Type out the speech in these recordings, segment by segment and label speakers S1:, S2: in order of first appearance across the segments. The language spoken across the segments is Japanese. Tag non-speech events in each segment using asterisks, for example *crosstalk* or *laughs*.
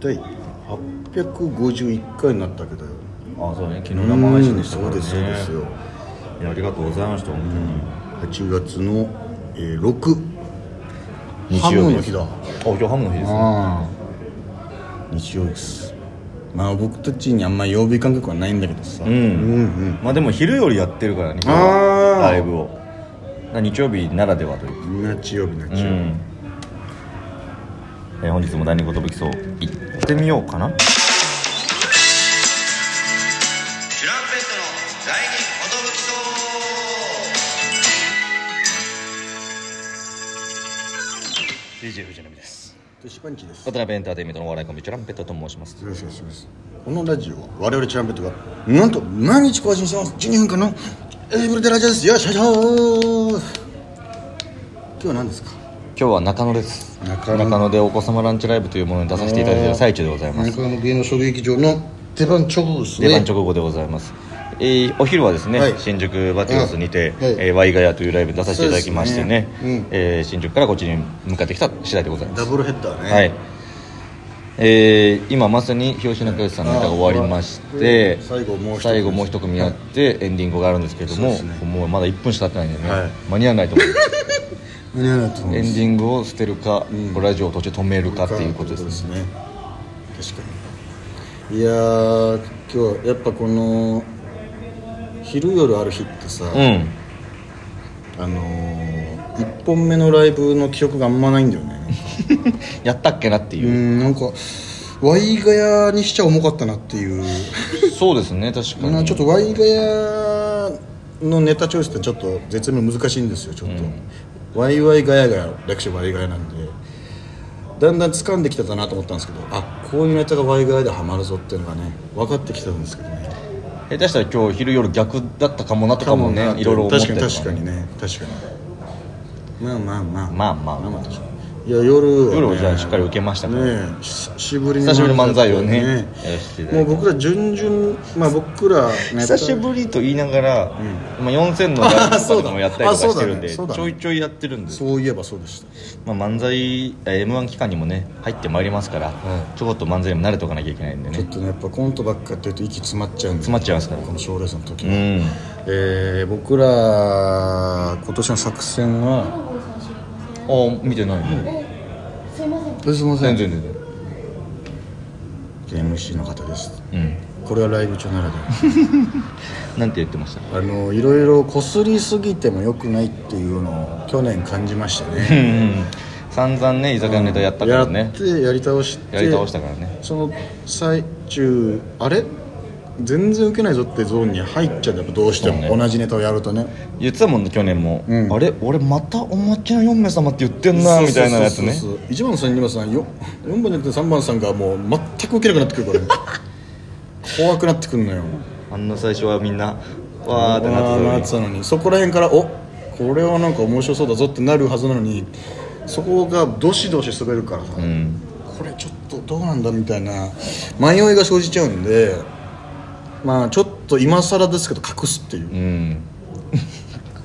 S1: 第851回になったけど
S2: あそうね昨日生配信でしたか
S1: う
S2: ら、
S1: んそう
S2: ね、
S1: ですそうですよ
S2: いやありがとうございました本
S1: 8月の、えー、6
S2: 当に
S1: ハムの日だ
S2: あ今日ハムの日ですね
S1: ああ日曜日ですまあ僕たちにあんま曜日感覚はないんだけどさ、
S2: うん、まあでも昼よりやってるからね今日
S1: あー
S2: ライブをな日曜日ならではというか
S1: 日曜日日曜
S2: う
S1: 日、
S2: ん、えー本日も第二言武器そう行ってみようかな
S3: チュランペットの第二寿そう
S2: DJ 藤波です
S1: でシパンチです
S2: 渡辺エンターテインメントのお笑いコンビチュランペットと申します
S1: よろしくお願いしますこのラジオは我々チャンペットがなんと毎日更新してます12分間のエイブルデラジオですよっしゃよいしょー今日は何ですか
S2: 今日は中野です
S1: 中野
S2: でお子様ランチライブというものに出させていただいている最中でございます
S1: 中野芸能小劇場の出番直後ですね
S2: 出番直後でございます、えーお昼はですね、
S1: はい
S2: 新宿バティオスにて、
S1: はい
S2: えーワイガヤというライブに出させていただきましてね
S1: そうですねうん
S2: えー新宿からこっちに向かってきた次第でございます
S1: ダブルヘッダーね
S2: はいえー今まさに表紙仲良しさんの歌が終わりまして
S1: あ最後もう一組
S2: 最後もう一組あってエンディングがあるんですけれども、
S1: そうですね
S2: もうまだ1分しか経ってないんでね、
S1: はい
S2: 間に合わないと思う
S1: *laughs* 何やらと思
S2: エ
S1: い
S2: ン
S1: ま
S2: デ
S1: す
S2: ィングを捨てるか、ラジオを途中止めるかっていうことですね
S1: ね確かにいやー今日やっぱこの昼夜ある日ってさ、
S2: うん
S1: あのー、1本目のライブの記憶があんまないんだよね
S2: やったっけなっていう
S1: う、んなんかワイガヤにしちゃ重かったなっていう
S2: そうですね確か
S1: な
S2: に
S1: ちょっとワイガヤのネタチョイスってちょっと絶妙難しいんですよちょっと、ワイワイガヤガヤ略してワイガヤなんでだんだん掴んできてたなと思ったんですけどあこういうネタがワイガヤでハマるぞっていうのがね分かってきたんですけどね
S2: 下手したら今日昼夜逆だったかもなとかもねいろいろ思って
S1: 確
S2: た
S1: か
S2: り
S1: に
S2: と
S1: 確かにね確かにまあまあまあ
S2: まあまあ
S1: まあ確かにいや夜はね
S2: 夜をじゃあしっかり受けましたから
S1: ねえ久しぶりに
S2: 久しぶりの漫才をね
S1: ね
S2: やらせていた
S1: も
S2: だいうて
S1: 僕ら順々まあ僕らね
S2: 久しぶりと言いながら、まあ、4000のライブとかでもやったりとかしてるんで、
S1: あそうだねそうだね
S2: ちょいちょいやってるんで、
S1: そういえばそうでした
S2: まあ、漫才 m 1期間にもね入ってまいりますから、ちょこっと漫才にも慣れておかなきゃいけないんでね
S1: ちょっとねやっぱコントばっかやってると息詰まっちゃうんで
S2: 詰まっちゃいますから
S1: こ
S2: う
S1: の賞レースの時は、
S2: ん
S1: えー僕ら今年の作戦は
S2: あ見てないね、
S4: すいません
S1: すいま
S2: 全然全然
S1: MC の方です
S2: うん
S1: これはライブ中ならでは *laughs*
S2: なんて言ってました
S1: あのいろいろこすりすぎても良くないっていうのを去年感じました
S2: う
S1: ね
S2: んうん散々ね居酒屋のネタやったからね
S1: やってやり倒して
S2: やり倒したからね
S1: その最中あれ全然ウケないぞってゾーンに入っちゃうんだやっぱどうして
S2: そう
S1: も、
S2: ね
S1: 同じネタをやるとね
S2: 言ってたもんね去年も、
S1: うん
S2: あれ俺またおまけの4名様って言ってんなみたいなやつね
S1: そうそうそうそう1番さん2番さん 4, 四番じゃなくて3番さんがもう全く受けなくなってくるから *laughs* 怖くなってくるのよ
S2: あんな最初はみんなわーってな
S1: わー
S2: ってたのに
S1: のにそこら辺からおこれはなんか面白そうだぞってなるはずなのにそこがどしどし滑るからさ、
S2: うん
S1: これちょっとどうなんだみたいな迷いが生じちゃうんでまあちょっと今更ですけど隠すっていう
S2: うん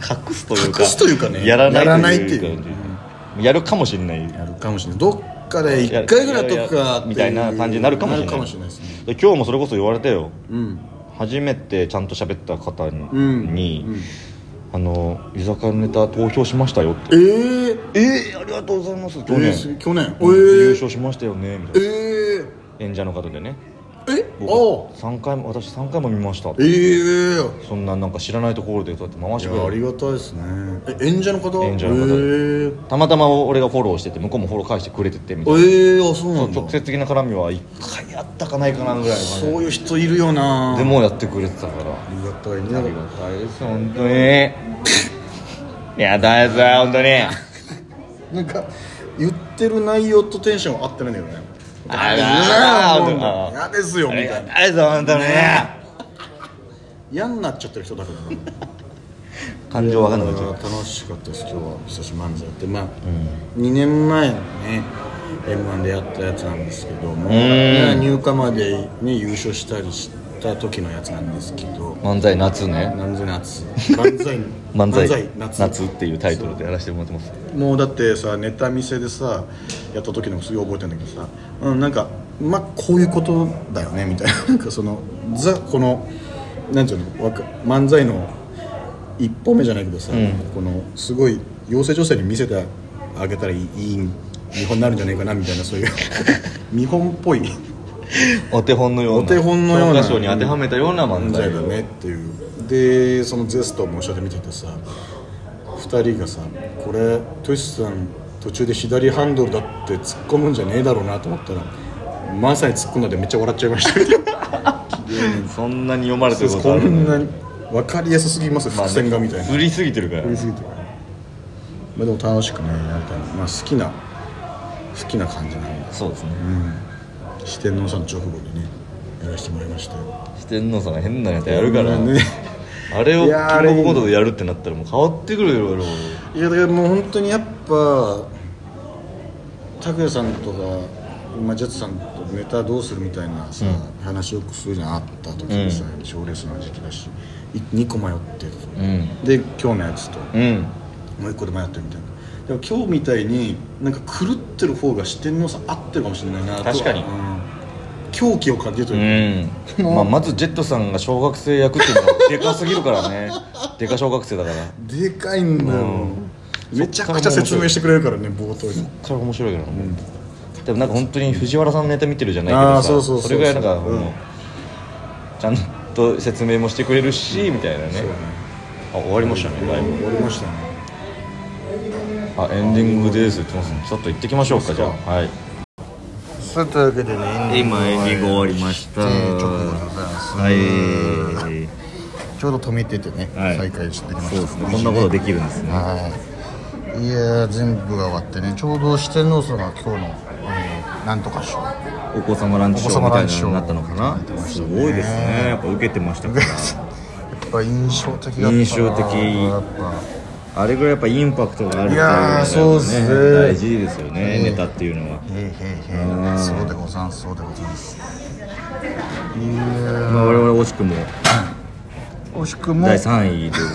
S2: 隠すというか
S1: 隠すというかね
S2: やらない
S1: やらないっていう
S2: 感じやるかもしれない
S1: やるかもしれないどっかで1回ぐらいと
S2: いやいや
S1: か
S2: いやみたいな感じになるかもしれない
S1: ですね
S2: で今日もそれこそ言われたよ
S1: うん
S2: 初めてちゃんと喋った方に,、
S1: ん
S2: あの居酒屋のネタ投票しましたよって
S1: えー、
S2: ええありがとうございます去
S1: え
S2: 年、
S1: ー去年え
S2: 優
S1: ー、
S2: 勝しましたよねみたい
S1: え
S2: な
S1: ー、
S2: 演者の方でね
S1: え
S2: 僕
S1: ああ
S2: 3回も私3回も見ました
S1: ええー
S2: そんななんか知らないところでそうやって回してく
S1: いやあ
S2: れ
S1: り
S2: る
S1: がたいですねえ演者の方
S2: 演者の方
S1: えー、
S2: たまたま俺がフォローしてて向こうもフォロー返してくれててみたいな
S1: えー、あそうなんだ
S2: 直接的な絡みは1回あったかないかなぐらいの感じ
S1: そういう人いるよな
S2: でもやってくれてたから
S1: ありがたい
S2: あ
S1: ね
S2: りがたいです本当にいや大丈夫本当に
S1: なんか言ってる内容とテンション合ってないんだよね
S2: あら
S1: あ
S2: あら
S1: もう嫌ですよみ
S2: あ
S1: た
S2: り
S1: い
S2: が
S1: な
S2: たいです本当に
S1: 嫌になっちゃってる人だからな
S2: 感情わかんなくなっちゃう
S1: 楽しかったです今日は久しぶりに漫才やってまあ、2年前のね m 1でやったやつなんですけども、ね入荷までに優勝したりした時のやつなんですけど
S2: 漫才夏ね
S1: 漫才
S2: *laughs*
S1: 夏漫才
S2: 漫才
S1: 夏
S2: 夏っていうタイトルでやらせてもらってます
S1: もうだってさネタ見せでさやった時のすごい覚えてんだけどさ、うん、なんかまあこういうことだよねみたいな *laughs* なんかそのザこのなんていうのわか漫才の一歩目じゃないけどさ、
S2: ん
S1: このすごい妖精女性に見せてあげたらいいいい見本になるんじゃないかなみたいなそういう見本っぽい
S2: お手本のよう
S1: お
S2: な
S1: 手本のような
S2: 教科書に当てはめたような漫才
S1: だねっていうでそのゼストも一緒で見ててさ2人がさこれトシさん途中で左ハンドルだって突っ込むんじゃねえだろうなと思ったらまさに突っ込んだでめっちゃ笑っちゃいました
S2: そんなに読まれてること
S1: こ
S2: ある
S1: ん
S2: の
S1: なに分かりやすすぎます伏線がみたいな
S2: 売りすぎてるから
S1: やりすぎてまあでも楽しくねやりたいまあ好きな好きな感じなんで
S2: そうですね
S1: 四天王さんの直後にねやらせてもらいましたよ
S2: 四天王さんが変なやつやるから
S1: ね
S2: あれを
S1: い
S2: キ
S1: やーあれ
S2: ングオブコントでやるってなったらもう変わってくるよ俺
S1: いやだからもう本当にやっぱ拓哉さんとか、まあ、ジャズさんとネタどうするみたいなさ、話よくするじゃんあった時にさ賞、レースの時期だし2個迷ってる、で今日のやつと
S2: うん
S1: もう1個で迷ってるみたいなでも今日みたいになんか狂ってる方が四天王さん合ってるかもしれないなとは
S2: 確かに
S1: うん狂気を感じるといううか、
S2: ん、まあ、まずジェットさんが小学生役っていうのはでかすぎるか
S1: *laughs*
S2: らねでか小学生だから
S1: でかいんだよ、めちゃくちゃ説明してくれるからね冒頭に
S2: それ面白いからな、でもなんか本当に藤原さんのネタ見てるじゃないけ
S1: あ
S2: ど
S1: ー
S2: さ
S1: そうそうそう
S2: れぐらいなんか、
S1: うん
S2: もうちゃんと説明もしてくれるし、みたいなね
S1: そうね
S2: あ終わりましたねライブ
S1: 終わりましたね
S2: あエンディングですって言ってますねちょっと行ってきましょうかじゃあはい
S1: さあというわけでねエンディング
S2: 今エンディング終わりました
S1: 直後でございます、
S2: はい
S1: ちょうど止めててね、
S2: はい
S1: 再開してきました
S2: そうですねこんなことできるんですね
S1: はいいやー全部が終わってねちょうど四天王さんが今日の、えーなんとか賞 *laughs*
S2: お子様ランチショーみたいなのになったのか
S1: お子様ランチショー
S2: なすごいですねやっぱ受けてましたから
S1: やっぱ印象的だったな
S2: 印象的
S1: やっぱ
S2: あれぐらいやっぱインパクトがあるっていうの
S1: いやー
S2: が
S1: そうっすね
S2: 大事ですよねネタっていうのは
S1: へいへいへいそうでござんすそうでござんすいや
S2: まあ我々惜しくも
S1: ー惜しくも
S2: 第3位というこ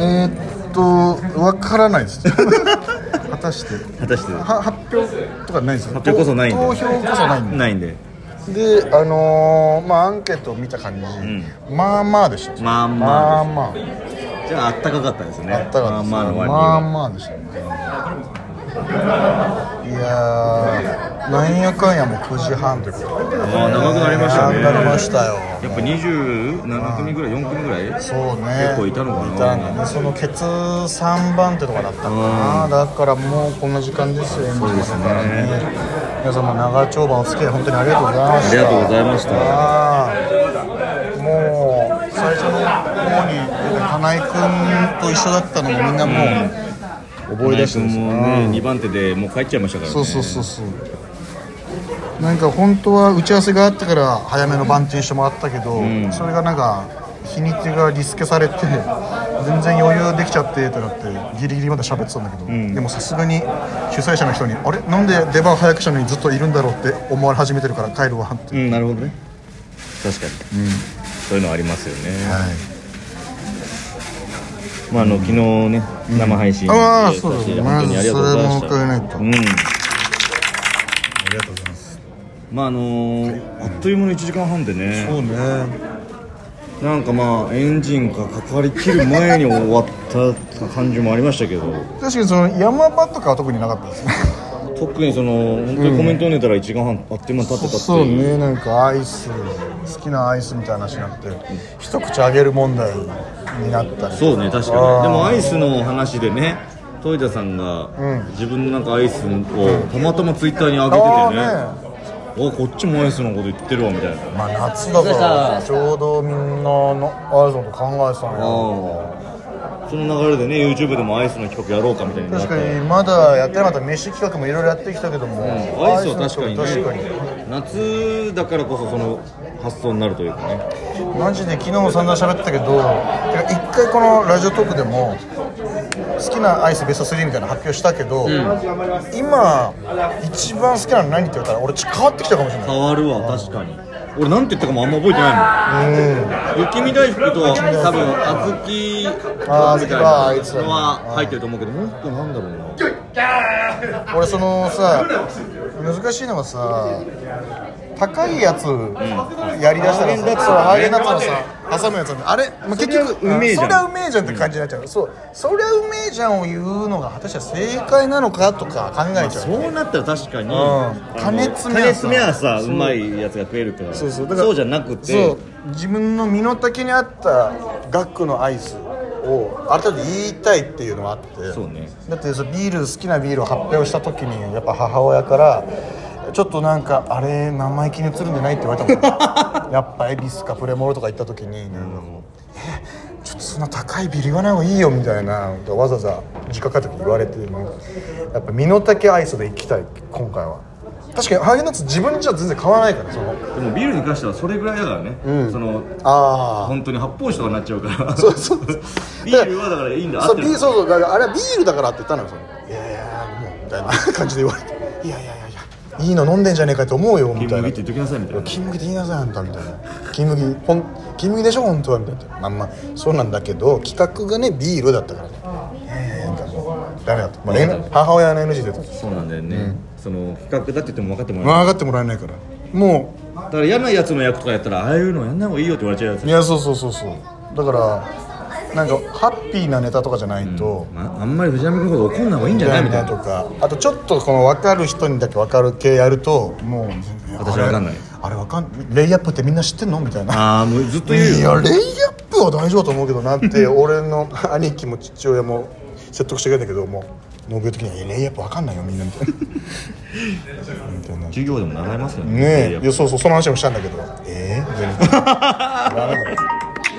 S1: えー、っとわからないです *laughs* 果たして
S2: とで果たして
S1: は発表とかないんですよ
S2: 発表こそないんで
S1: 投票こそないんで
S2: ないんで
S1: であのー、まあアンケートを見た感じ、まあまあでした
S2: まあ
S1: ま
S2: ま
S1: あ
S2: あで
S1: まあ
S2: じゃああったかかったですね
S1: あったかったです
S2: まあまあの割に
S1: まあ
S2: は
S1: まあでしたねいやーなんやかんやもう9時半ということで
S2: ああ長くなりましたね
S1: なりましたよ
S2: やっぱ27組ぐらい4組ぐらい
S1: そうね
S2: 結構いたのかない
S1: たんだねそのケツ3番手とかだったかな、だからもうこんな時間ですよねそうですね皆様長丁場お付き合い本当にありがとうございました
S2: ありがとうございました
S1: あーもう最初の方に出て金井君と一緒だったのもみんなもう覚え出して
S2: 金井
S1: です
S2: 君もね2番手でもう帰っちゃいましたからね
S1: そうそうそうそうなんか本当は打ち合わせがあったから早めの番手にしてもらったけど、それがなんか日にちがリスケされて全然余裕できちゃってってなってギリギリまで喋ってたんだけど、でもさすがに主催者の人にあれなんで出番早くしたのにずっといるんだろうって思われ始めてるから帰るわって、
S2: うんなるほどね確かに、そういうのありますよね、
S1: はい
S2: まああの昨日ね生配信
S1: ああ
S2: えー
S1: そうだ
S2: させて
S1: ね
S2: 本当にありがとうございました
S1: それも伺え
S2: うん
S1: ありがとうございます
S2: まああのーあっという間の1時間半でね
S1: そうね
S2: なんかまあエンジンがかかりきる前に終わった感じもありましたけど
S1: 確かにその山場とかは特になかったですね
S2: 特にその本当にコメントをねたら1時間半あっという間に経ってたって
S1: そう
S2: い
S1: ね
S2: う
S1: なんかアイス好きなアイスみたいな話になって一口あげる問題になったり
S2: そうね確か
S1: あー
S2: にでもアイスの話でねトイタさんが
S1: ん
S2: 自分のなんかアイスをたまたまツイッターに上げ
S1: ああね
S2: ててねあこっちもアイスのこと言ってるわみたいな
S1: まあ夏だからちょうどみんなのアイスのこと考えてたのよ
S2: ああその流れでね YouTube でもアイスの企画やろうかみたいになっ
S1: 確
S2: た
S1: か
S2: ら
S1: にまだやってなかった飯企画もいろいろやってきたけども、
S2: アイスは確かにね
S1: 確かに
S2: 夏だからこそその発想になるというかね
S1: マジで昨日も散々喋ったけどてか一回このラジオトークでも好きなアイスベスト3みたいなの発表したけど、今一番好きなの何って言われたら俺ち変わってきたかもしれない
S2: 変わるわ確かに俺なんて言ったかもあんま覚えてないもん雪見大福と多分小豆
S1: あー
S2: みたい
S1: 小豆はあいつだ
S2: な
S1: ね
S2: のは入ってると思うけどもう一個なんだろうな
S1: 俺そのさ難しいのはさ高いやつやりだしたらさ、そうハーゲンダッツのさ挟むやつなんであれ、まあ、結局
S5: うめえじゃん
S1: そりゃうめえじゃんって感じになっちゃう、そうそりゃうめえじゃんを言うのが果たして正解なのかとか考えちゃう、
S2: そうなったら確かに、
S1: ん
S2: あの
S1: 金詰めは
S2: 金
S1: さ
S2: 詰めはさうまいやつが食えるから
S1: そうそうだから
S2: そうじゃなくて
S1: そう自分の身の丈に合った学区のアイスをある程度言いたいっていうのがあって
S2: そうね
S1: だってそのビール好きなビールを発表した時にやっぱ母親からちょっとなんかあれ生意気に映るんじゃないって言われた
S2: *laughs*
S1: もんやっぱエビスかプレモルとか行った時に、えちょっとそんな高いビール言わない方がいいよみたいなわざわざ実家帰った時言われてやっぱ身の丈アイスで行きたい今回は確かにハーゲンダッツ自分じゃ全然買わないからその
S2: でもビールに関してはそれぐらいだからね、その
S1: あ
S2: 本当に発泡酒とかになっちゃうから
S1: そうそう
S2: *laughs* ビールはだからいいんだ
S1: あそう
S2: 合
S1: ビー
S2: ってる
S1: ルそうそうだからあれはビールだからって言ったのよそのいやいやもうみたいな感じで言われていやいやいやいやいいの飲んでんじゃねえかって思うよみ
S2: 金
S1: たい
S2: 麦
S1: な
S2: って言っときなさいみたいな
S1: 金麦で言いなさいあんたみたいな金麦ほん金麦でしょ本当はみたいなまあまあそうなんだけど企画がねビールだったからねいやいやいやみたいなダメだと、まあ、N- 母親の NG でと
S2: そうなんだよね、その企画だって言っても分かってもらえない
S1: 上がってもらえないからもう
S2: だから嫌なやつの役とかやったらああいうのやんない方がいいよって言われちゃうやつ
S1: いやそうそうそうそうだからなんかハッピーなネタとかじゃないと、
S2: まあんまり藤波君のこと怒んない方がいいんじゃないみたい
S1: と
S2: な
S1: かあとちょっとこの分かる人にだけ分かる系やるともう
S2: 私分かんない
S1: あれあれ分かんレイアップってみんな知ってんのみ *laughs* たいな
S2: ああもうずっと
S1: い
S2: 言うよ
S1: やレイアップは大丈夫だと思うけどなって
S2: *laughs*
S1: 俺の兄貴も父親も説得してくれたけどもう農業的には「いやレイアップ分かんないよみんな」み
S2: *laughs*
S1: たいなみたいな
S2: 授業でも習いますよね
S1: ね
S2: い
S1: え
S2: や
S1: いやそうそうその話もしたんだけどえ
S2: *laughs*
S1: え全然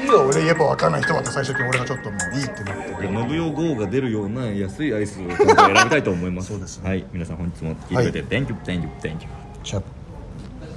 S1: いいよ俺レイアップ分かんない人はって最終的に俺がちょっともういいってなって
S2: 信用号が出るような安いアイスを今回選びたいと思いますそうです、はい皆さん本日も聞いてくれて、Thank you, thank you, thank you
S1: ちょっと